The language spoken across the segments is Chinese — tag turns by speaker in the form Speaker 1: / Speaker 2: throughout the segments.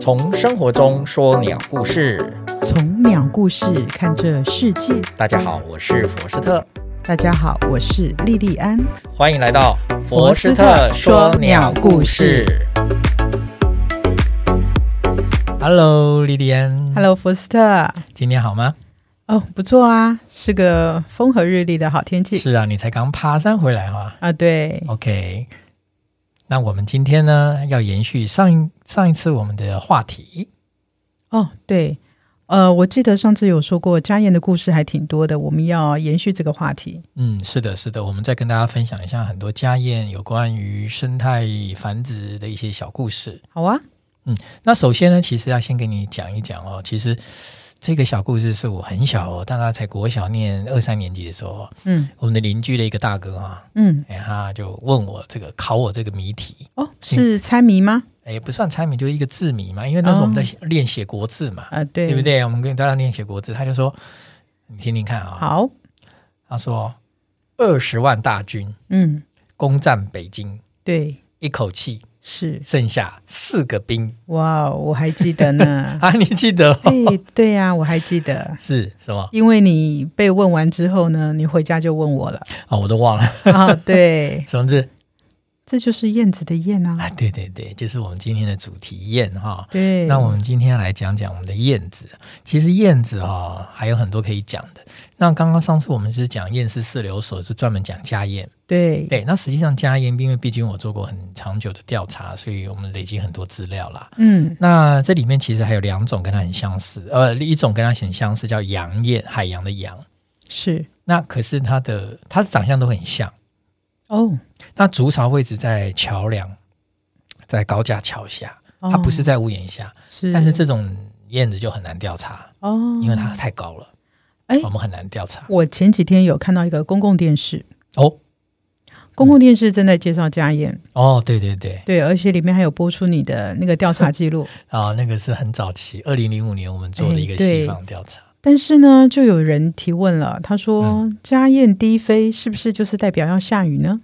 Speaker 1: 从生活中说鸟故事。
Speaker 2: 从鸟故事看这世界。
Speaker 1: 大家好，我是佛斯特，
Speaker 2: 大家好，我是莉莉安。
Speaker 1: 欢迎来到
Speaker 2: 佛斯特说鸟故事。
Speaker 1: Hello，莉莉安
Speaker 2: Hello，福斯特。
Speaker 1: 今天好吗？
Speaker 2: 哦，不错啊，是个风和日丽的好天气
Speaker 1: 是啊，你才刚爬山回来哈。
Speaker 2: 啊。对，
Speaker 1: OK，那我们今天呢要延续上一上一次我们的话题，
Speaker 2: 哦，对，呃，我记得上次有说过，家燕的故事还挺多的，我们要延续这个话题。
Speaker 1: 嗯，是的，是的，我们再跟大家分享一下很多家燕有关于生态繁殖的一些小故事。
Speaker 2: 好啊，
Speaker 1: 那首先呢，其实要先给你讲一讲哦，其实这个小故事是我很小哦，大概才国小念二三年级的时候，哦
Speaker 2: 嗯
Speaker 1: 我们的邻居的一个大哥啊，
Speaker 2: 嗯，
Speaker 1: 哎，他就问我这个考我这个谜题，
Speaker 2: 哦，是猜谜吗？
Speaker 1: 哎，不算猜谜，就是一个字谜嘛，因为那时候我们在
Speaker 2: 哦
Speaker 1: 写练写国字嘛，
Speaker 2: 啊，对，
Speaker 1: 对不？对？我们跟大家练写国字，他就说你听听看啊，
Speaker 2: 好，
Speaker 1: 他说二十万大军
Speaker 2: 嗯，
Speaker 1: 攻占北京，
Speaker 2: 对，
Speaker 1: 一口气
Speaker 2: 是，
Speaker 1: 剩下四个兵
Speaker 2: 哇，哦我还记 得呢。
Speaker 1: 啊，你记得、
Speaker 2: 哎
Speaker 1: 哦、，
Speaker 2: 对呀、我还记得。
Speaker 1: 是什么？
Speaker 2: 因为你被问完之后呢，你回家就问我了
Speaker 1: 哦，我都忘了
Speaker 2: 啊、对，
Speaker 1: 什么字
Speaker 2: 这就是燕子的燕啊
Speaker 1: 啊？。对对对，就是我们今天的主题燕哈。
Speaker 2: 对，
Speaker 1: 那我们今天来讲讲我们的燕子。其实燕子哈、还有很多可以讲的。那刚刚上次我们是讲燕是四流手，是专门讲家燕。
Speaker 2: 对
Speaker 1: 对，那实际上家燕，因为毕竟我做过很长久的调查，所以我们累积很多资料啦。
Speaker 2: 嗯
Speaker 1: 那这里面其实还有两种跟它很相似，呃，一种跟它很相似叫洋燕，海洋的洋。
Speaker 2: 是
Speaker 1: 那可是它的它的长相都很像。
Speaker 2: 哦，
Speaker 1: 那筑巢位置在桥梁，在高架桥下，
Speaker 2: 哦
Speaker 1: 它不是在屋檐下。
Speaker 2: 是，
Speaker 1: 但是这种燕子就很难调查，
Speaker 2: 哦，
Speaker 1: 因为它太高了，
Speaker 2: 哎
Speaker 1: 我们很难调查。
Speaker 2: 我前几天有看到一个公共电视，
Speaker 1: 哦
Speaker 2: 公共电视正在介绍家宴，
Speaker 1: 哦，对对对，
Speaker 2: 对，而且里面还有播出你的那个调查 记录。
Speaker 1: 啊，那个是很早期，二零零五年我们做的一个
Speaker 2: 哎对
Speaker 1: 西方调查。
Speaker 2: 但是呢，就有人提问了，他说：“
Speaker 1: 嗯
Speaker 2: 家宴低飞是不是就是代表要下雨呢？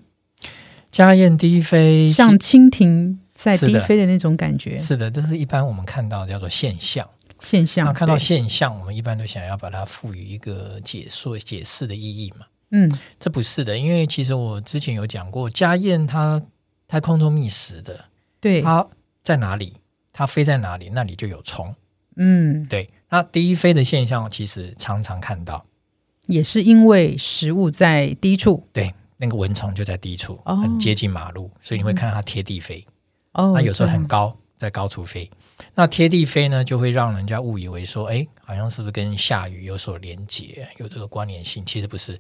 Speaker 1: 家燕低飞，
Speaker 2: 像蜻蜓在
Speaker 1: 是
Speaker 2: 低
Speaker 1: 的
Speaker 2: 飞的那种感觉
Speaker 1: 是的，这是一般我们看到的叫做现象。
Speaker 2: 现象。
Speaker 1: 那
Speaker 2: 对”
Speaker 1: 啊看到现象，我们一般都想要把它赋予一个解说、解释的意义嘛？
Speaker 2: 嗯，
Speaker 1: 这不是的，因为其实我之前有讲过，家燕它它空中觅食的，
Speaker 2: 对，
Speaker 1: 它在哪里，它飞在哪里，那里就有虫。
Speaker 2: 嗯，
Speaker 1: 对，那低飞的现象其实常常看到，
Speaker 2: 也是因为食物在低处
Speaker 1: 对，那个蚊虫就在低处，
Speaker 2: 哦
Speaker 1: 很接近马路，所以你会看到它贴地飞。
Speaker 2: 哦，
Speaker 1: 那有时候
Speaker 2: 这样
Speaker 1: 很高，在高处飞。那贴地飞呢，就会让人家误以为说，哎，好像是不是跟下雨有所连结，有这个关联性？其实不是，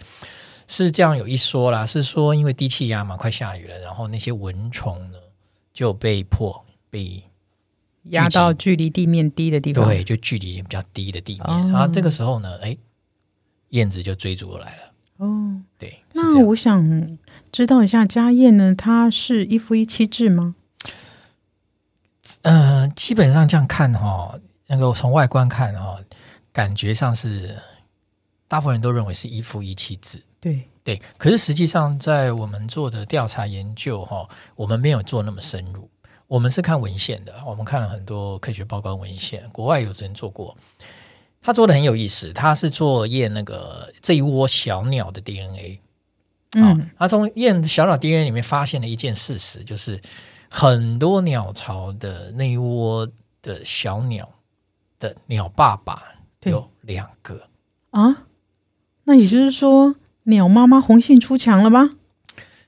Speaker 1: 是这样有一说啦，是说因为低气压嘛，快下雨了，然后那些蚊虫呢就被迫被
Speaker 2: 压到距离地面低的地方。
Speaker 1: 对，就距离比较低的地面，
Speaker 2: 哦
Speaker 1: 然后这个时候呢，哎，燕子就追逐而来了。
Speaker 2: 哦，
Speaker 1: 对，是这
Speaker 2: 那
Speaker 1: 样。
Speaker 2: 我想知道一下，家燕呢，它是一夫一妻制吗？
Speaker 1: 呃，基本上这样看哈、那个从外观看哈、感觉上是大部分人都认为是一夫一妻制，
Speaker 2: 对，
Speaker 1: 对。可是实际上，在我们做的调查研究哈、我们没有做那么深入，我们是看文献的，我们看了很多科学报告文献，国外有人做过。他做的很有意思，他是做验那个这一窝小鸟的 DNA，啊、
Speaker 2: 嗯，
Speaker 1: 他从燕小鸟 DNA 里面发现了一件事实，就是很多鸟巢的那一窝的小鸟的鸟爸爸
Speaker 2: 对
Speaker 1: 有两个，哦
Speaker 2: 啊，那也就是说，鸟妈妈红杏出墙了
Speaker 1: 哦
Speaker 2: 吗？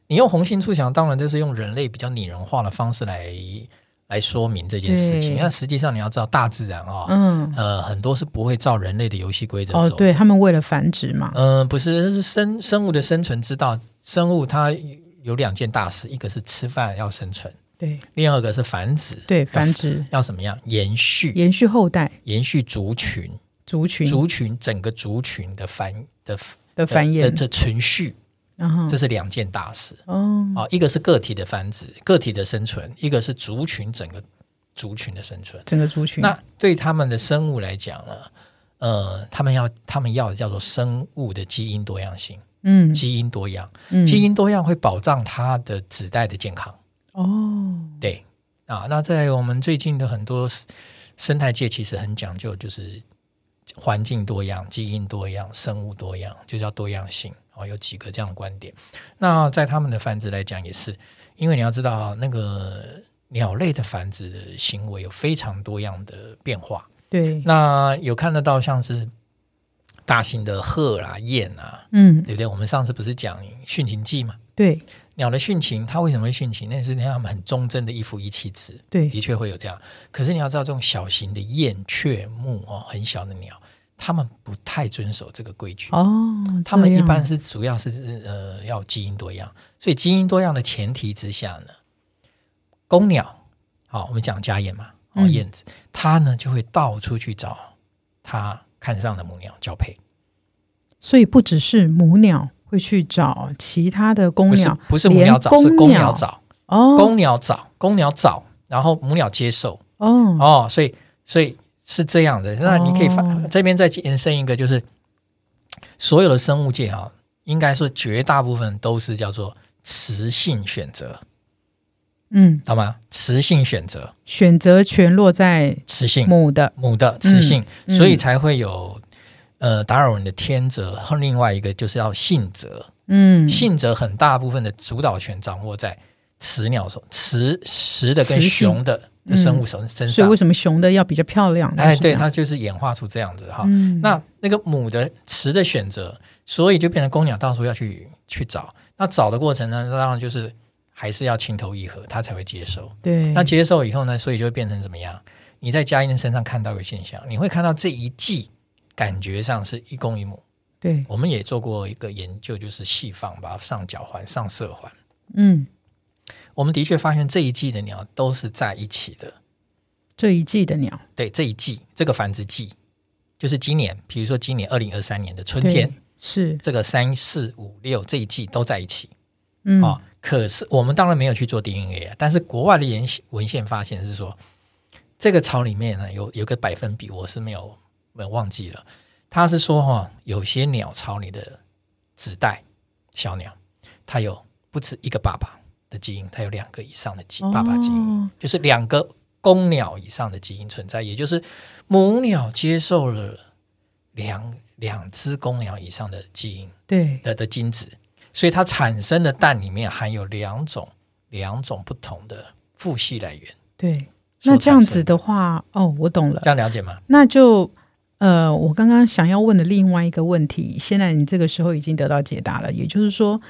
Speaker 1: 你用红杏出墙，当然就是用人类比较拟人化的方式来来说明这件事情。
Speaker 2: 对
Speaker 1: 那实际上你要知道，大自然啊、哦，
Speaker 2: 嗯，
Speaker 1: 呃，很多是不会照人类的游戏规则
Speaker 2: 哦，
Speaker 1: 走。
Speaker 2: 对他们为了繁殖嘛，
Speaker 1: 嗯、不是，是生生物的生存之道。生物它有两件大事，一个是吃饭要生存，
Speaker 2: 对
Speaker 1: 另二个是繁殖。
Speaker 2: 对，繁殖
Speaker 1: 要怎么样延续
Speaker 2: 延续后代
Speaker 1: 延续族群
Speaker 2: 族群
Speaker 1: 族群整个族群的繁的
Speaker 2: 的繁
Speaker 1: 的
Speaker 2: 衍，嗯
Speaker 1: 这存续，
Speaker 2: 然后
Speaker 1: 这是两件大事
Speaker 2: 哦，
Speaker 1: 啊、一个是个体的繁殖、个体的生存，一个是族群整个族群的生存。
Speaker 2: 整个族群
Speaker 1: 那对他们的生物来讲呢，呃，他们要他们要的叫做生物的基因多样性，
Speaker 2: 嗯
Speaker 1: 基因多样，
Speaker 2: 嗯
Speaker 1: 基因多样会保障它的子代的健康。
Speaker 2: 哦，
Speaker 1: 对啊，那在我们最近的很多生态界其实很讲究，就是环境多样、基因多样、生物多样，就叫多样性。哦，有几个这样的观点。那在他们的繁殖来讲，也是因为你要知道，啊那个鸟类的繁殖的行为有非常多样的变化。
Speaker 2: 对，
Speaker 1: 那有看得到像是大型的鹤啦、雁啊，
Speaker 2: 嗯，
Speaker 1: 对不对？我们上次不是讲殉情记嘛？
Speaker 2: 对
Speaker 1: 鸟的殉情，它为什么会殉情？那是因为它们很忠贞的一夫一妻制，
Speaker 2: 对
Speaker 1: 的确会有这样。可是你要知道，这种小型的雁、雀、木哦，很小的鸟，它们不太遵守这个规矩。
Speaker 2: 哦，
Speaker 1: 他们
Speaker 2: 这
Speaker 1: 一
Speaker 2: 样
Speaker 1: 般是主要是呃要基因多样，所以基因多样的前提之下呢，公鸟，好，我们讲家燕嘛，哦，
Speaker 2: 嗯
Speaker 1: 燕子，它呢就会到处去找它看上的母鸟交配，
Speaker 2: 所以不只是母鸟会去找其他的公
Speaker 1: 不是
Speaker 2: 鸟
Speaker 1: 不是母鸟找，
Speaker 2: 连
Speaker 1: 是公
Speaker 2: 公
Speaker 1: 鸟
Speaker 2: 鸟
Speaker 1: 找，
Speaker 2: 哦
Speaker 1: 公鸟找，公鸟找，然后母鸟接受，
Speaker 2: 哦
Speaker 1: 哦，所以所以是这样的。那你可以发、
Speaker 2: 哦
Speaker 1: 这边再延伸一个，就是所有的生物界哈、应该说绝大部分都是叫做雌性选择，
Speaker 2: 嗯，
Speaker 1: 好吗？雌性选择，
Speaker 2: 选择权落在
Speaker 1: 雌性
Speaker 2: 母的
Speaker 1: 母的雌性，
Speaker 2: 嗯
Speaker 1: 所以才会有。呃，达尔文的天择和另外一个就是要性择，
Speaker 2: 嗯
Speaker 1: 性择很大部分的主导权掌握在雌鸟手、雌雌的跟
Speaker 2: 雌性嗯
Speaker 1: 雄的的生物手身
Speaker 2: 所以
Speaker 1: 上
Speaker 2: 为。什么雄的要比较漂亮？
Speaker 1: 哎，
Speaker 2: 是这
Speaker 1: 对，
Speaker 2: 样
Speaker 1: 它就是演化出这样子哈。
Speaker 2: 嗯
Speaker 1: 那那个母的雌的选择，所以就变成公鸟到处要去去找。那找的过程呢，当然就是还是要情投意合，它才会接受。
Speaker 2: 对，
Speaker 1: 那接受以后呢，所以就会变成怎么样？你在佳音的身上看到一个现象，你会看到这一季感觉上是一公一母。
Speaker 2: 对，
Speaker 1: 我们也做过一个研究，就是细放吧，上脚环、上色环。
Speaker 2: 嗯，
Speaker 1: 我们的确发现这一季的鸟都是在一起的，
Speaker 2: 这一季的鸟，
Speaker 1: 对这一季这个繁殖季，就是今年，比如说今年二零二三年的春
Speaker 2: 对
Speaker 1: 天，
Speaker 2: 是，
Speaker 1: 这个三四五六这一季都在一起啊、
Speaker 2: 嗯，
Speaker 1: 可是我们当然没有去做 DNA 啊，但是国外的研文献发现是说，这个巢里面呢有有个百分比，我是没有没有忘记了，他是说哈、有些鸟巢里的子代小鸟，它有不止一个爸爸的基因，它有两个以上的基爸爸基因。
Speaker 2: 哦
Speaker 1: 就是两个公鸟以上的基因存在，也就是母鸟接受了两两只公鸟以上的基因
Speaker 2: 对，
Speaker 1: 的的精子，所以它产生的蛋里面含有两种两种不同的父系来源。
Speaker 2: 对。那
Speaker 1: 所
Speaker 2: 这样
Speaker 1: 产生
Speaker 2: 子的话，哦，我懂了
Speaker 1: 这。样了解吗？
Speaker 2: 那就呃，我刚刚想要问的另外一个问题，现在你这个时候已经得到解答了，也就是说。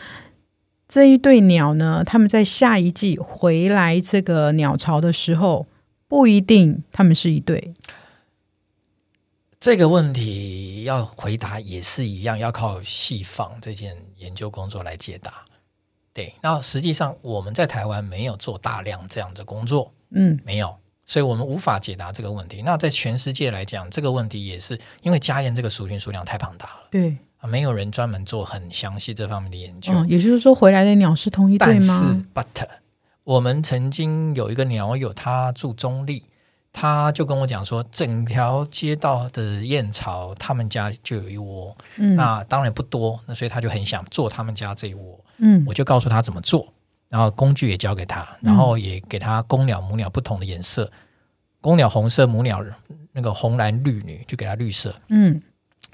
Speaker 2: 这一对鸟呢，它们在下一季回来这个鸟巢的时候，不一定它们是一对。
Speaker 1: 这个问题要回答也是一样，要靠细放这件研究工作来解答。对，那实际上我们在台湾没有做大量这样的工作，
Speaker 2: 嗯，
Speaker 1: 没有，所以我们无法解答这个问题。那在全世界来讲，这个问题也是因为家燕这个族群数量太庞大了
Speaker 2: 对，
Speaker 1: 啊，没有人专门做很详细这方面的研究。
Speaker 2: 嗯，也就是说，回来的鸟是同一对
Speaker 1: 但是
Speaker 2: 吗？
Speaker 1: ，but 我们曾经有一个鸟友，他住中立，他就跟我讲说，整条街道的燕巢，他们家就有一窝，
Speaker 2: 嗯
Speaker 1: 那当然不多，那所以他就很想做他们家这一窝。
Speaker 2: 嗯
Speaker 1: 我就告诉他怎么做，然后工具也教给他，然后也给他公鸟、母鸟不同的颜色，公鸟红色，母鸟那个红蓝绿女就给它绿色。
Speaker 2: 嗯，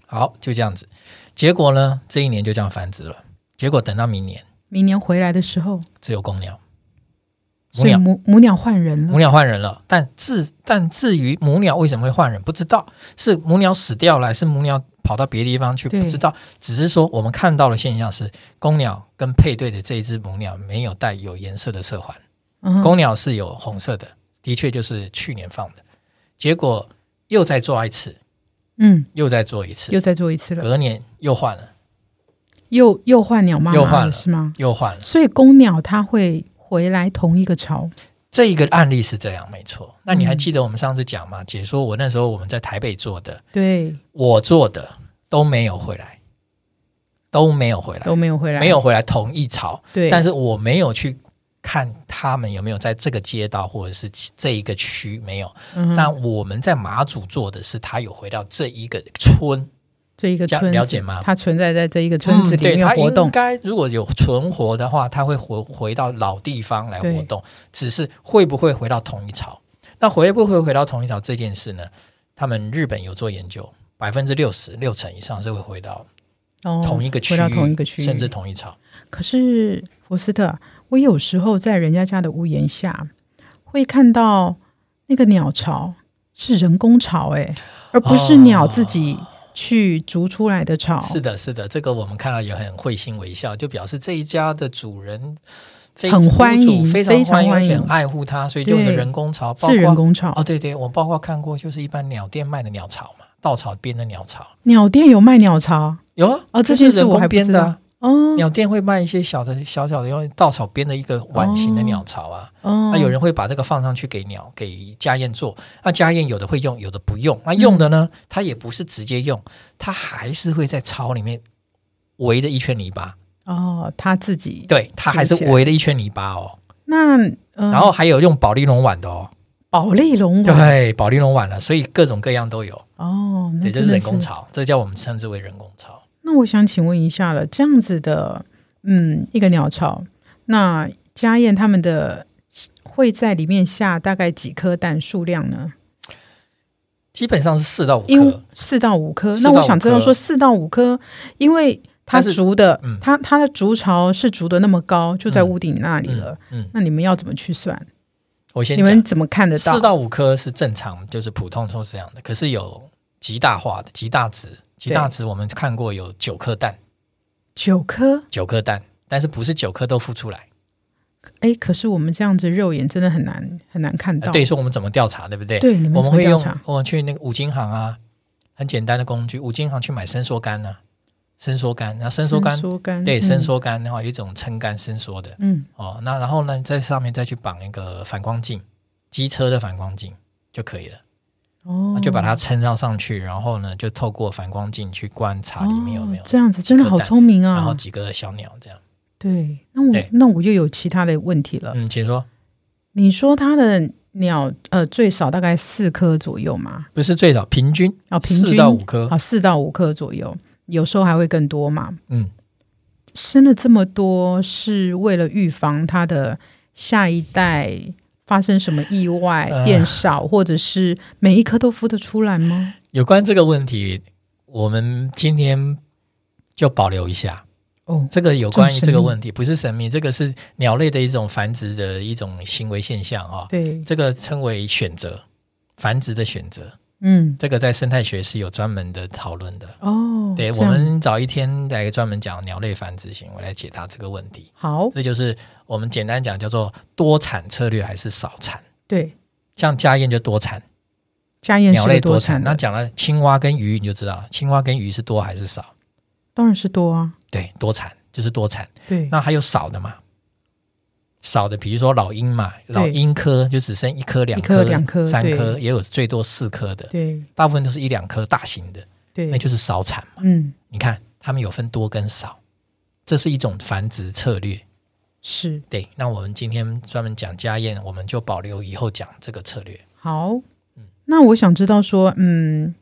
Speaker 1: 好，就这样子。结果呢，这一年就这样繁殖了。结果等到明年，
Speaker 2: 明年回来的时候，
Speaker 1: 只有公鸟，母
Speaker 2: 所以
Speaker 1: 鸟
Speaker 2: 母母鸟换人
Speaker 1: 母
Speaker 2: 了。
Speaker 1: 鸟换人了。但至但至于母鸟为什么会换人，不知道是母鸟死掉了，还是母鸟跑到别的地方去，
Speaker 2: 对
Speaker 1: 不知道。只是说我们看到的现象是，公鸟跟配对的这一只母鸟没有带有颜色的色环。
Speaker 2: 嗯哼，
Speaker 1: 公鸟是有红色的，的确就是去年放的，结果又再做一次，
Speaker 2: 嗯，
Speaker 1: 又再做一次，
Speaker 2: 又再做一次了，
Speaker 1: 隔年又换了，
Speaker 2: 又又换鸟妈妈
Speaker 1: 又换了
Speaker 2: 是吗？
Speaker 1: 又换了。
Speaker 2: 所以公鸟它会回来同一个巢。
Speaker 1: 这一个案例是这样，没错。那你还
Speaker 2: 嗯
Speaker 1: 记得我们上次讲吗？解说我那时候我们在台北做的，
Speaker 2: 对，
Speaker 1: 我做的都没有回来，都没有回来，
Speaker 2: 都没有回来，
Speaker 1: 没有回来同一巢，
Speaker 2: 对，
Speaker 1: 但
Speaker 2: 是
Speaker 1: 是我没有去。看他们有没有在这个街道或者是这一个区没有？
Speaker 2: 嗯
Speaker 1: 但我们在马祖做的是，他有回到这一个村，
Speaker 2: 这一个
Speaker 1: 这样
Speaker 2: 村
Speaker 1: 了
Speaker 2: 子
Speaker 1: 解吗
Speaker 2: 它存在在这一个村子
Speaker 1: 嗯对
Speaker 2: 里面
Speaker 1: 它
Speaker 2: 活动
Speaker 1: 应，该如果有存活的话，它会回回到老地方来活
Speaker 2: 对
Speaker 1: 动，只是会不会回到同一巢？那回不会回到同一巢这件事呢？他们日本有做研究，百分之六十六成以上是会回到
Speaker 2: 哦，
Speaker 1: 同一个区域，
Speaker 2: 回到同一个区域，
Speaker 1: 甚至同一巢。
Speaker 2: 可是福斯特，我有时候在人家家的屋檐下会看到那个鸟巢是人工巢、欸，哎，而不是鸟自己去筑出来的巢。
Speaker 1: 哦是的，是的，这个我们看到也很会心微笑，就表示这一家的主人非
Speaker 2: 很欢迎
Speaker 1: 屋主非
Speaker 2: 非常
Speaker 1: 欢迎，
Speaker 2: 欢
Speaker 1: 而且
Speaker 2: 迎
Speaker 1: 很爱护它，所以就用的
Speaker 2: 对
Speaker 1: 人工巢，包括
Speaker 2: 是人工巢，
Speaker 1: 哦，对对，我包括看过，就是一般鸟店卖的鸟巢嘛，稻草编的鸟巢
Speaker 2: 鸟店有卖鸟巢
Speaker 1: 有啊，
Speaker 2: 哦
Speaker 1: 就
Speaker 2: 这
Speaker 1: 是
Speaker 2: 件事
Speaker 1: 人
Speaker 2: 我
Speaker 1: 工
Speaker 2: 还不
Speaker 1: 编
Speaker 2: 知
Speaker 1: 的、啊，
Speaker 2: 哦
Speaker 1: 鸟店会卖一些小的小小的用稻草编的一个碗形的鸟巢啊，
Speaker 2: 哦，
Speaker 1: 那、有人会把这个放上去给鸟给家燕做，那家燕有的会用，有的不用，那用的
Speaker 2: 嗯
Speaker 1: 呢，它也不是直接用，它还是会在巢里面围着一圈泥巴，
Speaker 2: 哦，他自己
Speaker 1: 对，它还是
Speaker 2: 组起来
Speaker 1: 围了一圈泥巴哦，
Speaker 2: 那呃，
Speaker 1: 然后还有用保丽龙碗的哦，
Speaker 2: 保利龙王
Speaker 1: 对，保丽龙碗啊了，所以各种各样都有。
Speaker 2: 哦，那
Speaker 1: 对，这
Speaker 2: 真
Speaker 1: 是
Speaker 2: 的
Speaker 1: 人工巢，这叫我们称之为人工巢。
Speaker 2: 那我想请问一下了，这样子的，嗯，一个鸟巢，那家燕他们的会在里面下大概几颗蛋数量呢？
Speaker 1: 基本上是四到五
Speaker 2: 因
Speaker 1: 颗，
Speaker 2: 四到五颗。
Speaker 1: 4
Speaker 2: 那
Speaker 1: 到
Speaker 2: 我
Speaker 1: 5
Speaker 2: 想知道
Speaker 1: 颗
Speaker 2: 说四到五颗，因为它
Speaker 1: 但是
Speaker 2: 筑的
Speaker 1: 嗯，
Speaker 2: 它它的筑巢是筑的那么高，就在
Speaker 1: 嗯
Speaker 2: 屋顶那里了。
Speaker 1: 嗯，
Speaker 2: 那你们要怎么去算？
Speaker 1: 我先
Speaker 2: 你
Speaker 1: 讲
Speaker 2: 们，怎么看得
Speaker 1: 四
Speaker 2: 到？
Speaker 1: 到五颗是正常，就是普通都是这样的。可是有极大化的极大值，极大值我们看过有九颗蛋，
Speaker 2: 九颗，
Speaker 1: 九颗蛋，但是不是九颗都孵出来？
Speaker 2: 哎，可是我们这样子肉眼真的很难很难看
Speaker 1: 呃
Speaker 2: 到。
Speaker 1: 对，说我们怎么调查，对不对？
Speaker 2: 对，你们
Speaker 1: 我
Speaker 2: 怎
Speaker 1: 们
Speaker 2: 么
Speaker 1: 会
Speaker 2: 调
Speaker 1: 用
Speaker 2: 查？
Speaker 1: 我们去那个五金行啊，很简单的工具，五金行去买伸缩杆呢、伸缩杆，那伸缩杆
Speaker 2: 伸缩杆，
Speaker 1: 对，伸
Speaker 2: 嗯，
Speaker 1: 缩杆的话有一种撑杆伸缩的，
Speaker 2: 嗯，
Speaker 1: 哦，那然后呢，在上面再去绑一个反光镜，机车的反光镜就可以了，啊
Speaker 2: 哦，
Speaker 1: 就把它撑到上去，然后呢，就透过反光镜去观察里面有没有，
Speaker 2: 哦、这样子，真的好聪明
Speaker 1: 然后
Speaker 2: 啊！
Speaker 1: 几个小鸟这样。
Speaker 2: 对，那我
Speaker 1: 对
Speaker 2: 那我又有其他的问题了。
Speaker 1: 嗯，请说，
Speaker 2: 你说它的鸟呃最少大概四颗左右嘛？
Speaker 1: 不是最早平均
Speaker 2: 哦，平均
Speaker 1: 四到五颗，
Speaker 2: 啊，四到五颗左右，有时候还会更多嘛。
Speaker 1: 嗯，
Speaker 2: 生了这么多是为了预防它的下一代发生什么意外
Speaker 1: 呃
Speaker 2: 变少，或者是每一颗都孵得出来吗？
Speaker 1: 有关这个问题，我们今天就保留一下。
Speaker 2: 哦，
Speaker 1: 这个有关于
Speaker 2: 这么神秘
Speaker 1: 这个问题，不是神秘，这个是鸟类的一种繁殖的一种行为现象啊、
Speaker 2: 对，
Speaker 1: 这个称为选择，繁殖的选择。
Speaker 2: 嗯，
Speaker 1: 这个在生态学是有专门的讨论的。
Speaker 2: 哦，
Speaker 1: 对，
Speaker 2: 这
Speaker 1: 我
Speaker 2: 样
Speaker 1: 们找一天来专门讲鸟类繁殖行为来解答这个问题。
Speaker 2: 好，
Speaker 1: 这就是我们简单讲叫做多产策略还是少产。
Speaker 2: 对，
Speaker 1: 像家燕就多产，
Speaker 2: 家燕
Speaker 1: 鸟
Speaker 2: 是个
Speaker 1: 类
Speaker 2: 多
Speaker 1: 多
Speaker 2: 产
Speaker 1: 产。
Speaker 2: 的
Speaker 1: 那讲了青蛙跟鱼，你就知道青蛙跟鱼是多还是少。
Speaker 2: 当然是多啊，
Speaker 1: 对，多产就是多产。
Speaker 2: 对，
Speaker 1: 那还有少的嘛？少的，比如说老鹰嘛，老鹰科就只剩一颗、两
Speaker 2: 一颗两颗
Speaker 1: 三颗，
Speaker 2: 对
Speaker 1: 也有最多四颗的，
Speaker 2: 对
Speaker 1: 大部分都是一两颗大型的，
Speaker 2: 对，
Speaker 1: 那就是少产。
Speaker 2: 嗯，
Speaker 1: 你看，他们有分多跟少，这是一种繁殖策略。
Speaker 2: 是
Speaker 1: 对，那我们今天专门讲家燕，我们就保留以后讲这个策略。
Speaker 2: 好。
Speaker 1: 嗯
Speaker 2: 那我想知道说，嗯，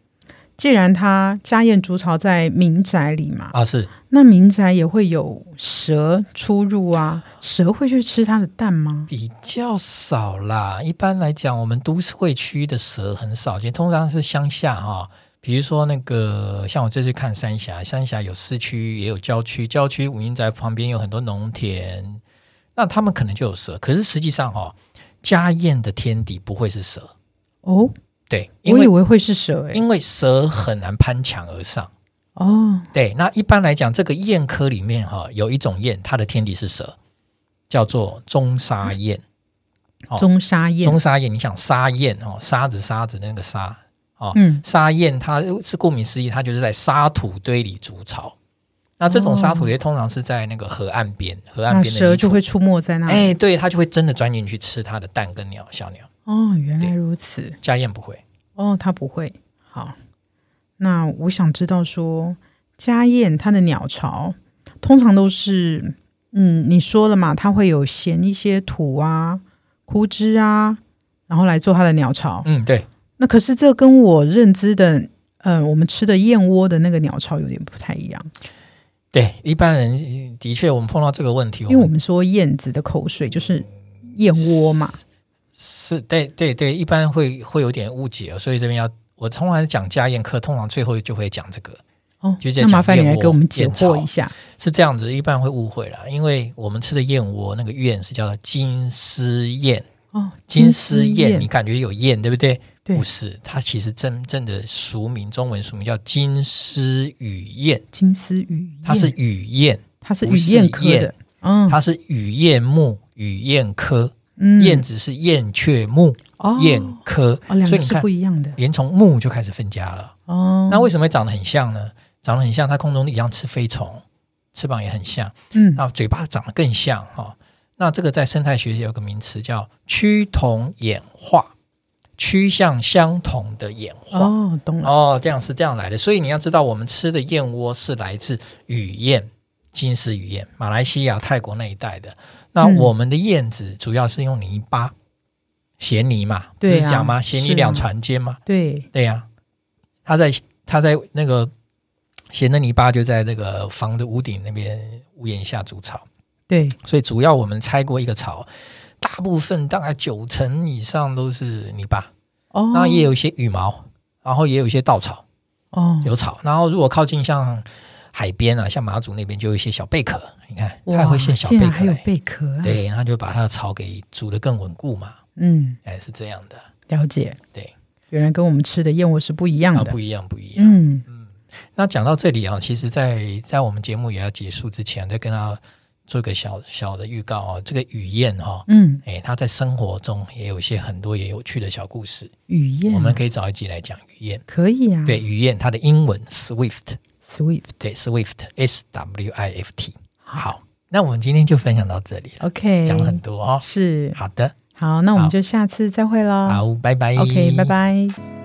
Speaker 2: 既然它家燕筑巢在民宅里嘛，
Speaker 1: 啊，是
Speaker 2: 那民宅也会有蛇出入啊，蛇会去吃它的蛋吗？
Speaker 1: 比较少啦。一般来讲，我们都市会区的蛇很少见，通常是乡下哈、比如说那个，像我这次看三峡，三峡有市区，也有郊区，郊区五营宅旁边有很多农田，那他们可能就有蛇。可是实际上哈、哦，家燕的天敌不会是蛇，
Speaker 2: 哦，
Speaker 1: 对，因
Speaker 2: 我
Speaker 1: 为
Speaker 2: 以为会是蛇欸诶、
Speaker 1: 因为蛇很难攀墙而上。
Speaker 2: 哦，
Speaker 1: 对，那一般来讲，这个燕科里面哈、有一种燕，它的天敌是蛇，叫做中沙燕。哦
Speaker 2: 中沙燕
Speaker 1: 中，沙燕，你想沙燕哦，沙子沙子那个沙哦，
Speaker 2: 嗯，
Speaker 1: 沙燕它是顾名思义，它就是在沙土堆里筑巢。那这种沙土堆通常是在那个河岸边，河岸
Speaker 2: 哦那
Speaker 1: 边的泥
Speaker 2: 蛇就
Speaker 1: 土
Speaker 2: 会出没在那里。
Speaker 1: 哎，对，它就会真的钻进去吃它的蛋跟鸟小鸟。
Speaker 2: 哦，原来
Speaker 1: 对
Speaker 2: 如此。
Speaker 1: 家燕不会，
Speaker 2: 哦，它不会。好，那我想知道说，家燕它的鸟巢通常都是，嗯，你说了嘛，它会有衔一些土啊、枯枝啊，然后来做它的鸟巢。
Speaker 1: 嗯，对，
Speaker 2: 那可是这跟我认知的，呃，我们吃的燕窝的那个鸟巢有点不太一样，
Speaker 1: 对，一般人哦的确我们碰到这个问题，
Speaker 2: 因为我们说燕子的口水就是燕窝嘛，
Speaker 1: 是对对对，一般会会有点误解哦，所以这边要我通常讲家宴课，通常最后就会讲这个
Speaker 2: 哦
Speaker 1: 就，在
Speaker 2: 那麻烦你
Speaker 1: 讲燕
Speaker 2: 来
Speaker 1: 窝
Speaker 2: 给我们解
Speaker 1: 燕巢
Speaker 2: 惑一下。
Speaker 1: 是这样子，一般会误会啦，因为我们吃的燕窝那个燕是叫金丝燕，
Speaker 2: 哦，
Speaker 1: 金丝燕，
Speaker 2: 燕
Speaker 1: 你，感觉有燕对不对？
Speaker 2: 对
Speaker 1: 不是，它其实真正的俗名，中文俗名叫金丝雨燕，
Speaker 2: 金丝雨燕，
Speaker 1: 它是雨燕，
Speaker 2: 它是
Speaker 1: 不
Speaker 2: 雨
Speaker 1: 是
Speaker 2: 燕科
Speaker 1: 燕
Speaker 2: 的，嗯，
Speaker 1: 它是雨燕目、雨燕科，
Speaker 2: 嗯
Speaker 1: 燕子是燕雀目、
Speaker 2: 哦
Speaker 1: 燕科，
Speaker 2: 哦，两
Speaker 1: 所
Speaker 2: 个
Speaker 1: 以你
Speaker 2: 是
Speaker 1: 看
Speaker 2: 不，一样的
Speaker 1: 连从目就开始分家了。
Speaker 2: 哦。
Speaker 1: 那为什么会长得很像呢？长得很像，它空中一样吃飞虫，翅膀也很像，
Speaker 2: 嗯
Speaker 1: 那嘴巴长得更像哈、哦。那这个在生态学有个名词叫趋同演化，趋向相同的演化。
Speaker 2: 哦，懂了，
Speaker 1: 哦，这样是这样来的。所以你要知道，我们吃的燕窝是来自雨燕、金丝雨燕，马来西亚、泰国那一带的。那
Speaker 2: 嗯
Speaker 1: 我们的燕子主要是用泥巴、咸泥嘛，
Speaker 2: 对啊
Speaker 1: 不是讲嘛，咸
Speaker 2: 是
Speaker 1: 泥
Speaker 2: 啊
Speaker 1: 两船间嘛，
Speaker 2: 对，
Speaker 1: 对呀、它在它在那个咸的泥巴就在那个房的屋顶那边屋檐下筑巢，
Speaker 2: 对，
Speaker 1: 所以主要我们拆过一个巢。大部分大概九成以上都是泥巴，
Speaker 2: 哦，
Speaker 1: 那也有一些羽毛，然后也有一些稻草，
Speaker 2: 哦，
Speaker 1: 有草。然后如果靠近像海边啊，像马祖那边就有一些小贝壳，你看它
Speaker 2: 哇
Speaker 1: 也会现小
Speaker 2: 竟
Speaker 1: 贝
Speaker 2: 然
Speaker 1: 壳
Speaker 2: 还有
Speaker 1: 来，
Speaker 2: 贝壳啊，，
Speaker 1: 对，然后就把它的巢给煮得更稳固嘛，
Speaker 2: 嗯，
Speaker 1: 哎，是这样的，
Speaker 2: 了解，
Speaker 1: 对，
Speaker 2: 原来跟我们吃的燕窝是不一样
Speaker 1: 啊，
Speaker 2: 的，
Speaker 1: 不一样，不一样。
Speaker 2: 嗯，
Speaker 1: 那讲到这里啊，其实在在我们节目也要结束之前，再跟大家做个小小的预告啊，这个雨燕哈、
Speaker 2: 嗯，
Speaker 1: 哎，它在生活中也有一些很多也有趣的小故事，
Speaker 2: 雨燕
Speaker 1: 我
Speaker 2: 啊
Speaker 1: 们可以找一集来讲雨燕。
Speaker 2: 可以啊，
Speaker 1: 对，雨燕它的英文 Swift，
Speaker 2: ，Swift，
Speaker 1: 对，Swift S W I F T。好，那我们今天就分享到这里了，
Speaker 2: ，OK，
Speaker 1: 讲了很多哦。
Speaker 2: 是
Speaker 1: 好的，
Speaker 2: 好，那我们
Speaker 1: 好
Speaker 2: 就下次再会喽
Speaker 1: 好，拜拜。
Speaker 2: ，OK，拜。拜。